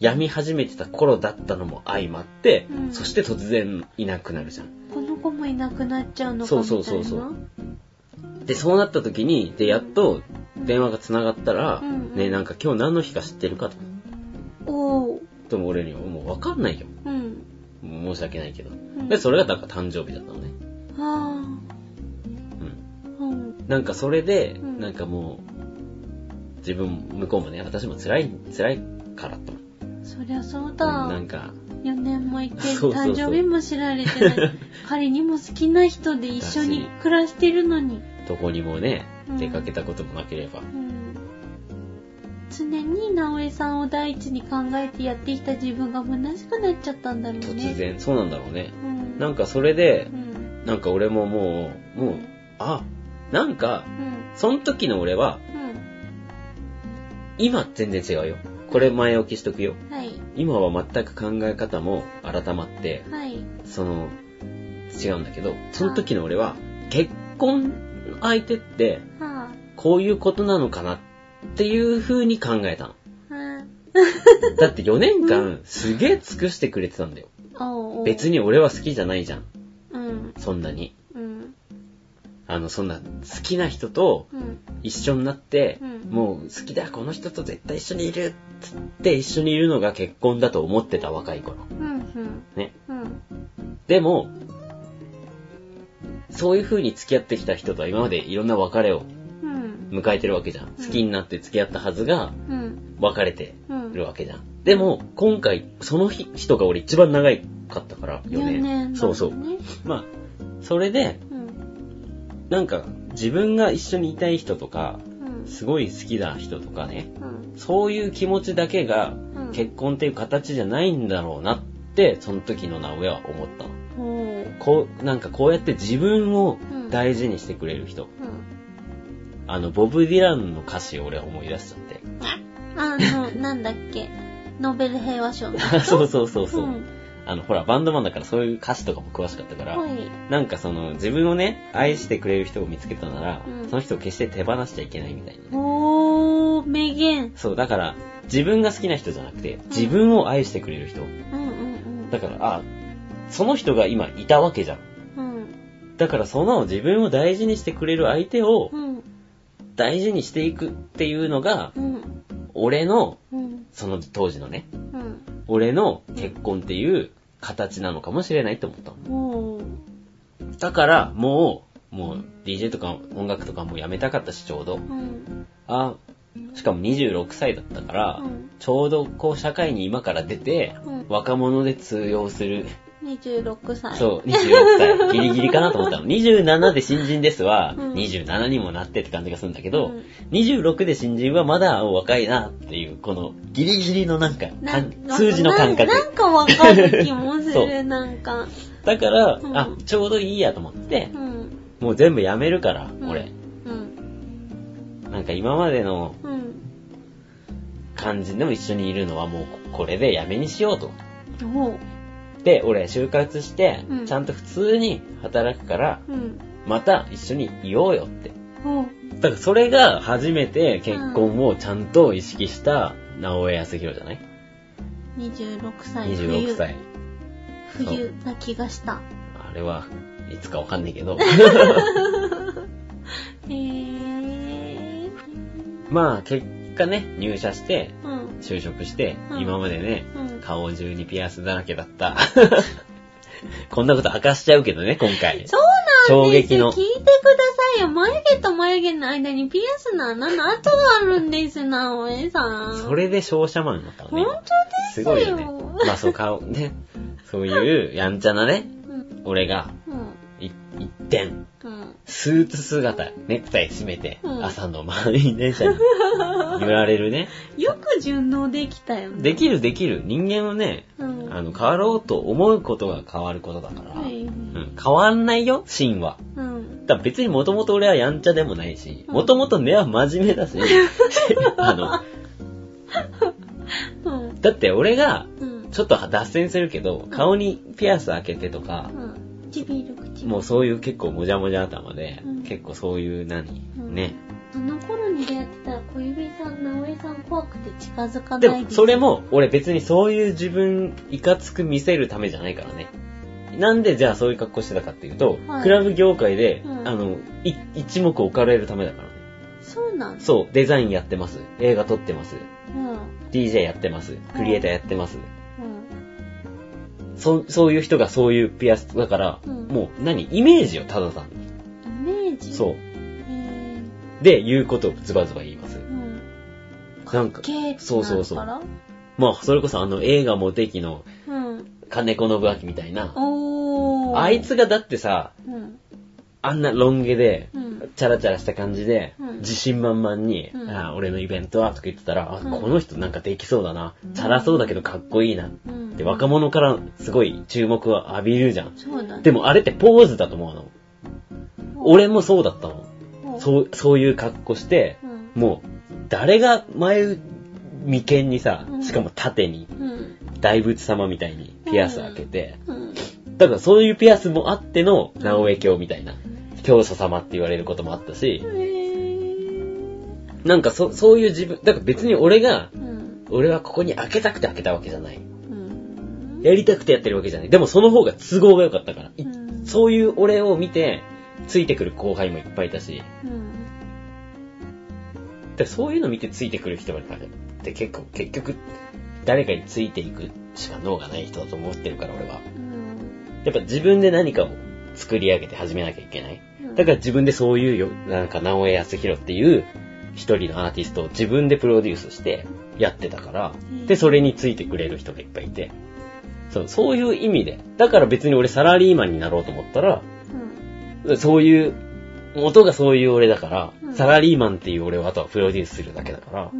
Speaker 2: 病み始めてた頃だったのも相まって、
Speaker 1: うん
Speaker 2: そして突然いなくなるじゃん。
Speaker 1: この子もいなくなっちゃうのか
Speaker 2: そ
Speaker 1: み
Speaker 2: う
Speaker 1: たい
Speaker 2: そ
Speaker 1: な。
Speaker 2: うそうそうで、そうなった時に、で、やっと電話が繋がったら、
Speaker 1: うん
Speaker 2: ね、なんか今日何の日か知ってるかと。
Speaker 1: おー。
Speaker 2: でも俺にはもうわかんないよ。
Speaker 1: うん。
Speaker 2: 申し訳ないけど。
Speaker 1: うん
Speaker 2: で、それがなんか誕生日だったのね。
Speaker 1: は
Speaker 2: うん。
Speaker 1: ぁ。うん。
Speaker 2: なんかそれで、
Speaker 1: うん
Speaker 2: なんかもう、自分、向こうもね、私も辛い、辛いからと。
Speaker 1: そりゃそう
Speaker 2: な
Speaker 1: だ
Speaker 2: ん。か、
Speaker 1: 4年もいて、
Speaker 2: そうそうそう
Speaker 1: 誕生日も知られてない。彼にも好きな人で一緒に暮らしてるのに。
Speaker 2: どこにもね
Speaker 1: う、ん
Speaker 2: 出かけたこともなければ
Speaker 1: う。ん。常に直江さんを第一に考えてやってきた自分が虚しくなっちゃったんだろうね。
Speaker 2: 突。然、そうなんだろうね。
Speaker 1: うん。
Speaker 2: なんかそれで
Speaker 1: う、ん。
Speaker 2: なんか俺ももう、もう、あ、なんか、
Speaker 1: うん。
Speaker 2: その時の俺は、
Speaker 1: うん。
Speaker 2: 今全然違うよ。これ前置きしとくよ。
Speaker 1: はい。
Speaker 2: 今は全く考え方も改まって、
Speaker 1: はい。
Speaker 2: その、違うんだけど、その時の俺は、結婚の相手って、
Speaker 1: は
Speaker 2: こういうことなのかなっていう風に考えたの。
Speaker 1: ぁ。は
Speaker 2: だって4年間すげえ尽くしてくれてたんだよ。
Speaker 1: ぁ。おうおう
Speaker 2: 別。に俺は好きじゃないじゃん。
Speaker 1: うん。
Speaker 2: そんなに。
Speaker 1: うん。
Speaker 2: あの、そんな好きな人と
Speaker 1: うん。
Speaker 2: 一緒になって、
Speaker 1: うん
Speaker 2: もう好きだ、この人と絶対一緒にいるっつって一緒にいるのが結婚だと思ってた若い頃。
Speaker 1: うん。
Speaker 2: ね。
Speaker 1: うん。
Speaker 2: でも、そういう風に付き合ってきた人とは今までいろんな別れを
Speaker 1: うん。
Speaker 2: 迎えてるわけじゃん。好きになって付き合ったはずが
Speaker 1: うん。
Speaker 2: 別れて
Speaker 1: うん。
Speaker 2: るわけじゃん。でも、今回、その日人が俺一番長いかったから、4
Speaker 1: 4
Speaker 2: 年。
Speaker 1: 年。
Speaker 2: そうそう。
Speaker 1: ね。
Speaker 2: まあ、それで、
Speaker 1: うん。
Speaker 2: なんか、自分が一緒にいたい人とか、
Speaker 1: うん。
Speaker 2: すごい好きな人とかね、
Speaker 1: うん。
Speaker 2: そういう気持ちだけが
Speaker 1: うん、
Speaker 2: 結婚っていう形じゃないんだろうなって、その時の直江は思ったの。
Speaker 1: 構。
Speaker 2: こう、なんかこうやって自分を大事にしてくれる人。
Speaker 1: うん。
Speaker 2: あの、ボブ・ディランの歌詞を俺は思い出しちゃって。
Speaker 1: あの、なんだっけ。ノーベル平和賞の。
Speaker 2: あ *laughs* そうそうそうそう。
Speaker 1: うん。
Speaker 2: あの、ほら、バンドマンだからそういう歌詞とかも詳しかったから、
Speaker 1: はい。
Speaker 2: なんかその、自分をね、愛してくれる人を見つけたなら、
Speaker 1: うん
Speaker 2: その人を決して手放しちゃいけないみたいな。
Speaker 1: おー、名言。
Speaker 2: そう、だから、自分が好きな人じゃなくて、自分を愛してくれる人。
Speaker 1: うんうん
Speaker 2: だから、あ、その人が今いたわけじゃん。
Speaker 1: うん。うん。
Speaker 2: だから、その自分を大事にしてくれる相手を
Speaker 1: うん。
Speaker 2: 大事にしていくっていうのが、
Speaker 1: うん。
Speaker 2: 俺の、
Speaker 1: うん。
Speaker 2: その当時のね、
Speaker 1: うん。
Speaker 2: 俺の結婚っていう形なのかもしれないと思ったの。
Speaker 1: おー。
Speaker 2: だから、もう、もう DJ とか音楽とかもうやめたかったし、ちょうど
Speaker 1: う。ん。
Speaker 2: あ、しかも26歳だったから、
Speaker 1: うん
Speaker 2: ちょうどこう社会に今から出て、
Speaker 1: うん。
Speaker 2: 若者で通用する、
Speaker 1: 26歳。
Speaker 2: そう、26歳、ギリギリかなと思ったの。27で新人ですは、
Speaker 1: うん
Speaker 2: 27にもなってって感じがするんだけ
Speaker 1: う
Speaker 2: ど
Speaker 1: ん、
Speaker 2: 26で新人はまだ若いなっていう、このギリギリのなんか、
Speaker 1: な
Speaker 2: 感数字の感覚。
Speaker 1: なんかわかる気もす
Speaker 2: そう
Speaker 1: る、なんか。
Speaker 2: だから、
Speaker 1: うん
Speaker 2: あ、ちょうどいいやと思って
Speaker 1: う、ん。
Speaker 2: もう全部やめるから、
Speaker 1: うん
Speaker 2: 俺。。
Speaker 1: うん。
Speaker 2: なんか今までの
Speaker 1: うん。
Speaker 2: 感じでも一緒にいるのはもうこれでやめにしようと。
Speaker 1: おう。
Speaker 2: で、俺就活して
Speaker 1: う、ん
Speaker 2: ちゃんと普通に働くから、
Speaker 1: うん。
Speaker 2: また一緒にいようよって。
Speaker 1: おう。
Speaker 2: だからそれが初めて結婚をちゃんと意識した直江康弘じゃない
Speaker 1: 26歳。
Speaker 2: ?26 歳。
Speaker 1: 冬。冬な気がした。
Speaker 2: あれはいつかわかんないけど。
Speaker 1: *laughs*
Speaker 2: *laughs*
Speaker 1: へー。
Speaker 2: まあ結果ね、入社して、
Speaker 1: うん。
Speaker 2: 就職して、
Speaker 1: うん
Speaker 2: 今までね、
Speaker 1: うん
Speaker 2: 顔中にピアスだらけだった。 *laughs* こんなこと明かしちゃうけどね、今回。
Speaker 1: そうなんです
Speaker 2: 衝撃の
Speaker 1: 聞いてくださいよ。眉毛と眉毛の間にピアスの穴の跡があるんです、なおえさん。
Speaker 2: それで商社マンだったのね。
Speaker 1: 本当です
Speaker 2: す
Speaker 1: よ。
Speaker 2: ごいよね。まあそう顔ね、そういうやんちゃなね、
Speaker 1: うん。
Speaker 2: 俺が、
Speaker 1: うん。
Speaker 2: い一点、
Speaker 1: うん。
Speaker 2: スーツ姿、ネクタイ締めて、
Speaker 1: うん
Speaker 2: 朝の満員電車に揺られるね。
Speaker 1: よく順応できたよね。
Speaker 2: できるできる。人間はね、
Speaker 1: うん。
Speaker 2: あの、変わろうと思うことが変わることだから、
Speaker 1: はい。
Speaker 2: うん、変わんないよ、真は。
Speaker 1: うん。
Speaker 2: だから別にもともと俺はやんちゃでもないし、
Speaker 1: うん
Speaker 2: もともと根は真面目だし、 *laughs* あの、
Speaker 1: うん。
Speaker 2: だって俺が、
Speaker 1: うん。
Speaker 2: ちょっと脱線するけど、顔にピアス開けてとか、
Speaker 1: うん。唇、唇。
Speaker 2: もうそういう結構もじゃもじゃ頭で、
Speaker 1: うん
Speaker 2: 結構そういう何、
Speaker 1: うん
Speaker 2: ね。
Speaker 1: その頃に出会ってたら小指さん、直江さん怖くて近づかない
Speaker 2: でも、それ
Speaker 1: も。
Speaker 2: も、俺別にそういう自分、いかつく見せるためじゃないからね。なんでじゃあそういう格好してたかっていうと、
Speaker 1: はい
Speaker 2: クラブ業界で、
Speaker 1: うん
Speaker 2: あの、い一目置かれるためだからね。
Speaker 1: そうなんです。
Speaker 2: そう、デザインやってます。映画撮ってます。
Speaker 1: うん。うん。
Speaker 2: DJ やってます。クリエイターやってます。そそういう人がそういうピアス、だから、
Speaker 1: うん
Speaker 2: もう何イメージよ、たださん。
Speaker 1: イメージ。
Speaker 2: そう
Speaker 1: へ
Speaker 2: う。で、言うことをズバズバ言います
Speaker 1: ー。うん。
Speaker 2: なんか、
Speaker 1: ケーキ
Speaker 2: そうそうそう
Speaker 1: なるから
Speaker 2: まあ、それこそあの映画モテキの
Speaker 1: うん。
Speaker 2: 金子信明みたいな、
Speaker 1: おー。
Speaker 2: あい。つがだってさ、
Speaker 1: うん。
Speaker 2: あんなロン毛で
Speaker 1: う、ん。
Speaker 2: チャラチャラした感じで、
Speaker 1: うん
Speaker 2: 自信満々に、
Speaker 1: うん
Speaker 2: ああ俺のイベントはとか言ってたら、あ
Speaker 1: うん
Speaker 2: この人なんかできそうだな、チャラそうだけどかっこいいなっ
Speaker 1: うん。
Speaker 2: て若者からすごい注目を浴びるじゃん。
Speaker 1: そうなん
Speaker 2: で
Speaker 1: も、
Speaker 2: もあれってポーズだと思うの。俺もそうだったの。
Speaker 1: うん、
Speaker 2: そう、そういう格好して、
Speaker 1: うん。
Speaker 2: もう、誰が前、眉間にさ
Speaker 1: う、ん
Speaker 2: しかも縦に、
Speaker 1: うん。
Speaker 2: 大仏様みたいにピアス開けて、
Speaker 1: うん。
Speaker 2: だからそういうピアスもあっての、直江教みたいな、教祖様って言われることもあったし、なんかそ、そういう自分、だから別に俺が、
Speaker 1: うん。
Speaker 2: 俺はここに開けたくて開けたわけじゃない。
Speaker 1: うん。
Speaker 2: やりたくてやってるわけじゃない。でもその方が都合が良かったから。い
Speaker 1: うん
Speaker 2: そういう俺を見て、ついてくる後輩もいっぱいいたし、
Speaker 1: うん。
Speaker 2: だからそういうの見てついてくる人がって結構、結局、誰かについていくしか脳がない人だと思ってるから俺は。
Speaker 1: うん。
Speaker 2: やっぱ自分で何かを作り上げて始めなきゃいけない。だから自分でそういうよ、なんか、直江康弘っていう一人のアーティストを自分でプロデュースしてやってたから
Speaker 1: うん、
Speaker 2: で、それについてくれる人がいっぱいいて、そう、そういう意味で。だから別に俺サラリーマンになろうと思ったら、
Speaker 1: うん。
Speaker 2: そういう音がそういう俺だから、
Speaker 1: うん
Speaker 2: サラリーマンっていう俺をあとはプロデュースするだけだから
Speaker 1: う、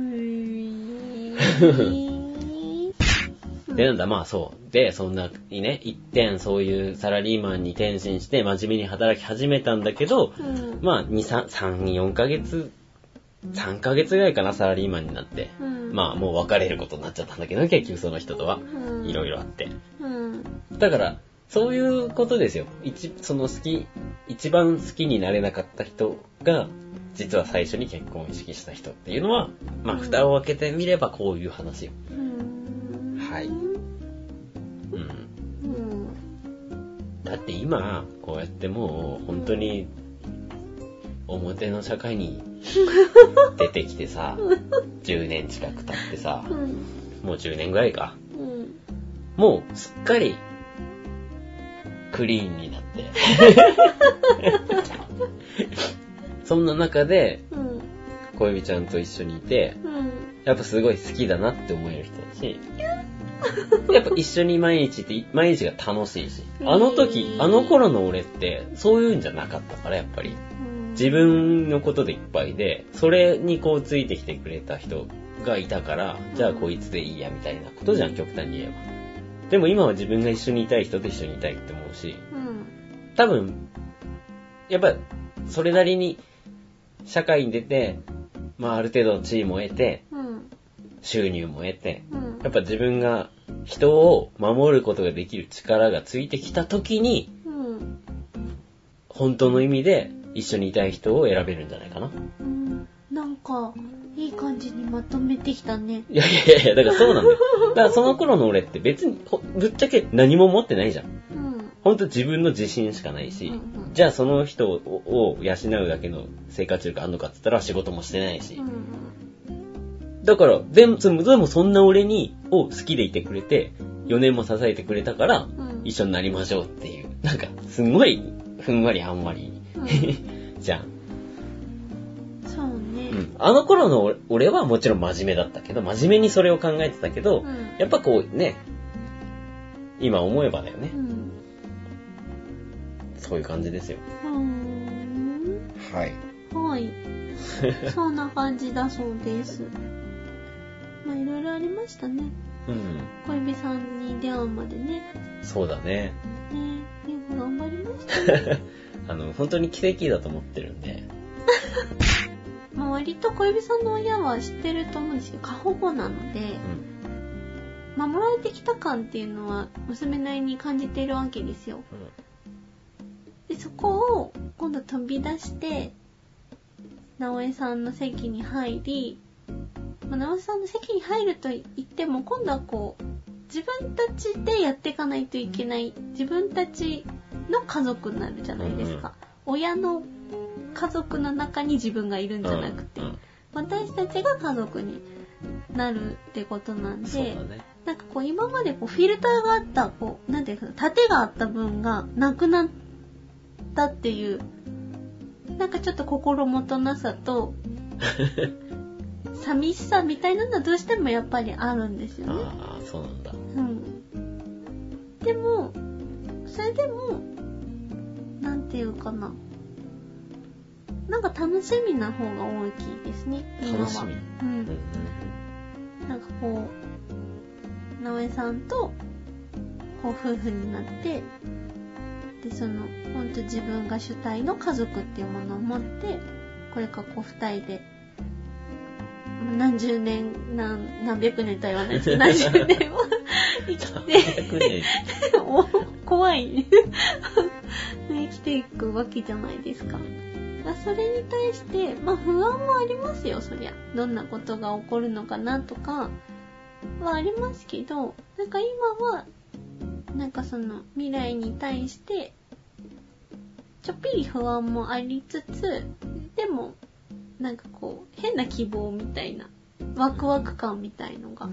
Speaker 1: ーん
Speaker 2: で、なんだ、まあそう。で、そんなにね、一点そういうサラリーマンに転身して真面目に働き始めたんだけど、
Speaker 1: うん
Speaker 2: まあ2、3、3、4ヶ月、3ヶ月ぐらいかな、サラリーマンになって。
Speaker 1: うん
Speaker 2: まあもう別れることになっちゃったんだけど、結局その人とは。
Speaker 1: うん
Speaker 2: いろいろあって。
Speaker 1: うん
Speaker 2: だから、そういうことですよ。一、その好き、一番好きになれなかった人が、実は最初に結婚を意識した人っていうのは、まあ
Speaker 1: うん
Speaker 2: 蓋を開けてみればこういう話よ。
Speaker 1: うん
Speaker 2: はい
Speaker 1: うん
Speaker 2: うん。だって今、こうやってもう、本当に、表の社会に出てきてさ、10年近く経ってさ、
Speaker 1: うん
Speaker 2: もう10年ぐらいか。
Speaker 1: うん
Speaker 2: もう、すっかり、クリーンになって。そんな中で、
Speaker 1: うん
Speaker 2: 小指ちゃんと一緒にいて、
Speaker 1: うん
Speaker 2: やっぱすごい好きだなって思える人だし、 *laughs* やっぱ一緒に毎日って、毎日が楽しいし、あの時、あの頃の俺って、そういうんじゃなかったから、やっぱり。自分のことでいっぱいで、それにこうついてきてくれた人がいたから、じゃあこいつでいいや、みたいなことじゃん、極端に言えば。でも今は自分が一緒にいたい人と一緒にいたいって思うし、
Speaker 1: うん
Speaker 2: 多分、やっぱ、それなりに、社会に出て、まあある程度の地位も得て、
Speaker 1: うん
Speaker 2: 収入も得て、
Speaker 1: うん
Speaker 2: やっぱ自分が人を守ることができる力がついてきた時に、
Speaker 1: うん
Speaker 2: 本当の意味で一緒にいたい人を選べるんじゃないかな。
Speaker 1: うんなんかいい感じにまとめてきたね
Speaker 2: いやいやいや、だからそうなん *laughs* だよ。だからその頃の俺って別に、ほぶっちゃけ何も持ってないじゃん。
Speaker 1: うん
Speaker 2: ほんと自分の自信しかないし、
Speaker 1: うんうん
Speaker 2: じゃあその人をを養うだけの生活力あんのかって言ったら仕事もしてないし。
Speaker 1: うん
Speaker 2: だから、全部、でもそんな俺に、を好きでいてくれて、4年も支えてくれたから、
Speaker 1: うん
Speaker 2: 一緒になりましょうっていう。なんか、すごい、ふんわりはんわり。
Speaker 1: うん
Speaker 2: *laughs* じゃん。
Speaker 1: そうね
Speaker 2: うん。あの頃の俺俺はもちろん真面目だったけど、真面目にそれを考えてたけど、
Speaker 1: うん
Speaker 2: やっぱこうね、今思えばだよね
Speaker 1: う。ん
Speaker 2: そういう感じですよ。
Speaker 1: うん
Speaker 2: はい。
Speaker 1: はいそんな感じだそうですまあいろいろありましたね
Speaker 2: うん。
Speaker 1: 恋人さんに出会うまでね
Speaker 2: そうだね。
Speaker 1: ねえ、よく頑張りました。
Speaker 2: あの、本当に奇跡だと思ってるんで。
Speaker 1: まあ割と小指さんの親は知ってると思うんですけど、過保護なので
Speaker 2: う、ん。
Speaker 1: 守られてきた感っていうのは娘なりに感じているわけですよ。で、そこを今度飛び出して、直江さんの席に入り、まあ、直江さんの席に入ると言っても、今度はこう、自分たちでやっていかないといけない、自分たちの家族になるじゃないですか。親の家族の中に自分がいるんじゃなくて、
Speaker 2: うん
Speaker 1: 私たちが家族になるってことなん
Speaker 2: そう
Speaker 1: で
Speaker 2: だ、ね。
Speaker 1: なんかこう今までこうフィルターがあった、こう、なんていうか、縦があった分がなくなったっていう、なんかちょっと心もとなさ
Speaker 2: *laughs*
Speaker 1: と、寂しさみたいなのはどうしてもやっぱりあるんですよね。
Speaker 2: ああ、そうなんだ。
Speaker 1: うん。でも、それでも、なんていうかな。なんか楽しみな方が大きいですね。今は
Speaker 2: 楽しみ。
Speaker 1: うん
Speaker 2: うん。
Speaker 1: なんかこう、直江さんと、こう夫婦になって、で、その、ほんと自分が主体の家族っていうものを持って、これからこう二人で、何十年、何、何百年とは言わないですけど、何十年も生
Speaker 2: *laughs*
Speaker 1: きて、
Speaker 2: 100年
Speaker 1: *laughs* お怖い、 *laughs* ね、生きていくわけじゃないですか。まあそれに対して、まあ不安もありますよ、そりゃ。どんなことが起こるのかなとかはありますけど、なんか今は、なんかその未来に対して、ちょっぴり不安もありつつ、でも、なんかこう、変な希望みたいな、ワクワク感みたいのが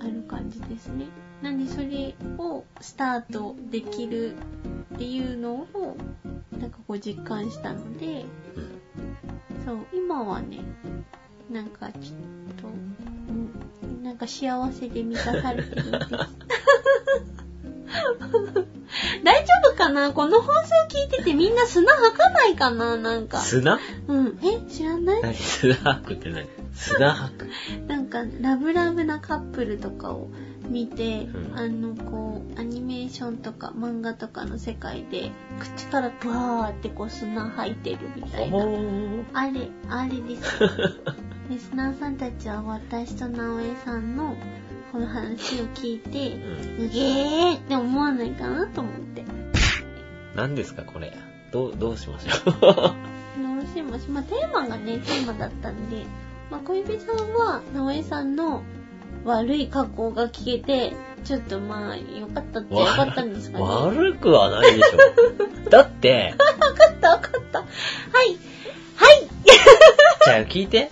Speaker 1: ある感じですね。なんでそれをスタートできるっていうのを、なんかこう実感したので、そう、今はね、なんかちょっと、うん、なんか幸せで満たされてるんです。大丈夫かなこの放送聞いててみんな砂吐かないかななんか。
Speaker 2: 砂
Speaker 1: うん。え知らない
Speaker 2: 何砂吐くって何砂吐く。
Speaker 1: なんか、ラブラブなカップルとかを見て、
Speaker 2: うん
Speaker 1: あの、こう、アニメーションとか漫画とかの世界で、口からバーってこう砂吐いてるみたいな。
Speaker 2: お
Speaker 1: あれ、あれ
Speaker 2: *laughs*
Speaker 1: です。リスナーさんたちは私と直江さんのこの話を聞いて、
Speaker 2: うん。
Speaker 1: うげーって思わないかなと思って。
Speaker 2: 何ですかこれ。どう、どうしまし
Speaker 1: *laughs*
Speaker 2: ょ
Speaker 1: 直江しもし、まあ、テーマがね、テーマだったんで、まあ、小指さんは直江さんの悪い加工が聞けて、ちょっとまあ、よかったっ
Speaker 2: う。
Speaker 1: ちゃよかったんですかね。わ
Speaker 2: 悪くはないでしょ。だって、
Speaker 1: かったわかった。はい。はい。
Speaker 2: じゃあ聞いて。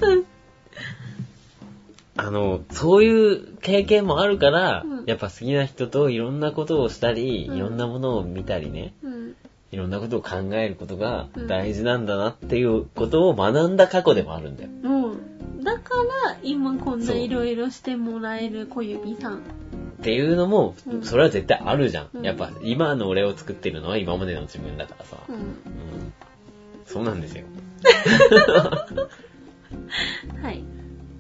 Speaker 2: あの、そういう経験もあるから、
Speaker 1: うん
Speaker 2: やっぱ好きな人といろんなことをしたり、
Speaker 1: うん
Speaker 2: いろんなものを見たりね、
Speaker 1: うん。
Speaker 2: いろんなことを考えることが
Speaker 1: うん
Speaker 2: 大事なんだなっていうことを学んだ過去でもあるんだよ。
Speaker 1: もうん、だから、今こんないろいろしてもらえる小指さん。
Speaker 2: っていうのも
Speaker 1: う、ん
Speaker 2: それは絶対あるじゃん。
Speaker 1: うん
Speaker 2: やっぱ今の俺を作ってるのは今までの自分だからさ。
Speaker 1: うん。
Speaker 2: うんそうなんですよ。
Speaker 1: はい。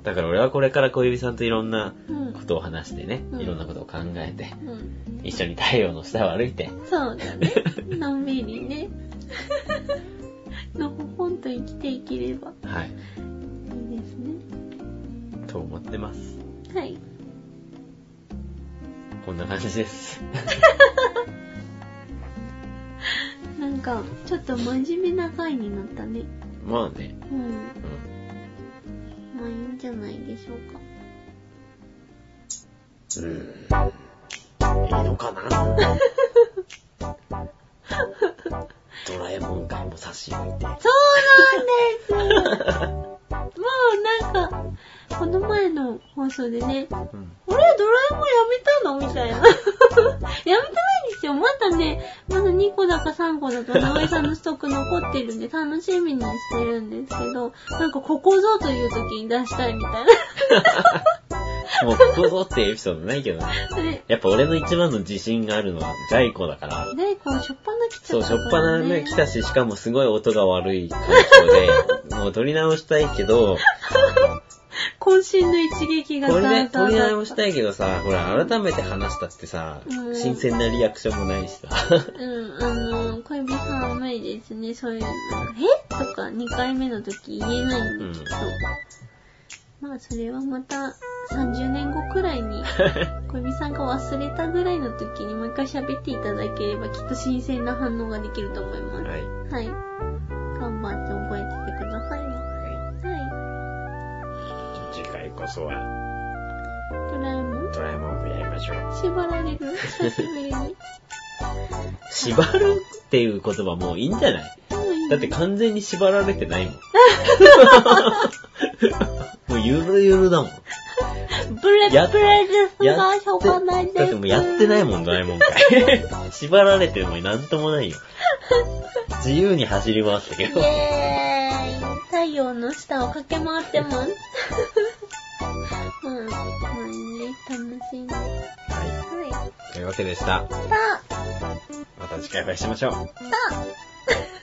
Speaker 2: だから俺はこれから小指さんといろんな
Speaker 1: うん
Speaker 2: こ。とを話してね、
Speaker 1: うん
Speaker 2: いろんなことを考えて、
Speaker 1: うん。
Speaker 2: 一緒に太陽の下を歩いて、
Speaker 1: そうだね。のんびりね。 *laughs* のほほんと生きていければ
Speaker 2: はい、
Speaker 1: いいですね。
Speaker 2: と思ってます。
Speaker 1: はい。
Speaker 2: こんな感じです。
Speaker 1: なんか、ちょっと真面目な回になったね。
Speaker 2: まあね、
Speaker 1: うん。
Speaker 2: う
Speaker 1: まあいいんじゃないでしょうか。
Speaker 2: ん。うん。いいのかなドラえもん感も差し置いて。
Speaker 1: そうなんですもうなんか、この前の放送でね、
Speaker 2: うん。
Speaker 1: 俺ドラえもんやめたのみたいな。や *laughs* めてないんですよ。まだね、まだ2個だか3個だか、直江さんのストック残ってるんで、楽しみにしてるんですけど、なんかここぞという時に出したいみたい *laughs*
Speaker 2: もうここぞっていうエピソードないけどね。
Speaker 1: な。で、
Speaker 2: やっぱ俺の一番の自信があるのは在庫だから。
Speaker 1: で、こう、しょっぱな来ち
Speaker 2: そ
Speaker 1: ゃ
Speaker 2: う、
Speaker 1: っ
Speaker 2: しょ
Speaker 1: た
Speaker 2: っ
Speaker 1: か
Speaker 2: ぱな
Speaker 1: ら、ね。
Speaker 2: ね、来たし、しかもすごい音が悪い環境で、もう撮り直したいけど、
Speaker 1: 渾身の一撃が
Speaker 2: これ
Speaker 1: ダ
Speaker 2: ね、
Speaker 1: ンサーだっ
Speaker 2: 撮
Speaker 1: た
Speaker 2: り直したいけどさ、ほら、改めて話したってさ
Speaker 1: う、ん
Speaker 2: 新鮮なリアクションもないしさ。
Speaker 1: うん、あの、小指さんは無理ですね、そういうの。えとか、2回目の時言えないんで、
Speaker 2: うん
Speaker 1: きっと。まあ、それはまた、30年後くらいに、小指さんが忘れたぐらいの時にもう一回喋っていただければ、きっと新鮮な反応ができると思います。
Speaker 2: はい。
Speaker 1: はい。頑張って覚えててくださいよ。は
Speaker 2: 次回こそは、
Speaker 1: い。ドラえもん
Speaker 2: ドラえもんをやりましょう。
Speaker 1: 縛られる久しぶ
Speaker 2: *laughs*
Speaker 1: りに。も
Speaker 2: 縛るっていう言葉もういいんじゃないう
Speaker 1: いい
Speaker 2: だって完全に縛られてないもん。もうゆるゆるだもん。
Speaker 1: ブレブレです
Speaker 2: や
Speaker 1: が、しょうがないです。
Speaker 2: だってもうやってないもん、ドラえもん *laughs* 会。縛られてるのになんともないよ。自由に走り回ったけ
Speaker 1: イ
Speaker 2: ど。
Speaker 1: エーイ太陽の下を駆け回ってます。
Speaker 2: *laughs*
Speaker 1: まあ、まあね、楽しいね。は。
Speaker 2: はいい。というわけでした。
Speaker 1: さあ、
Speaker 2: また次回お会いしましょう。
Speaker 1: さあ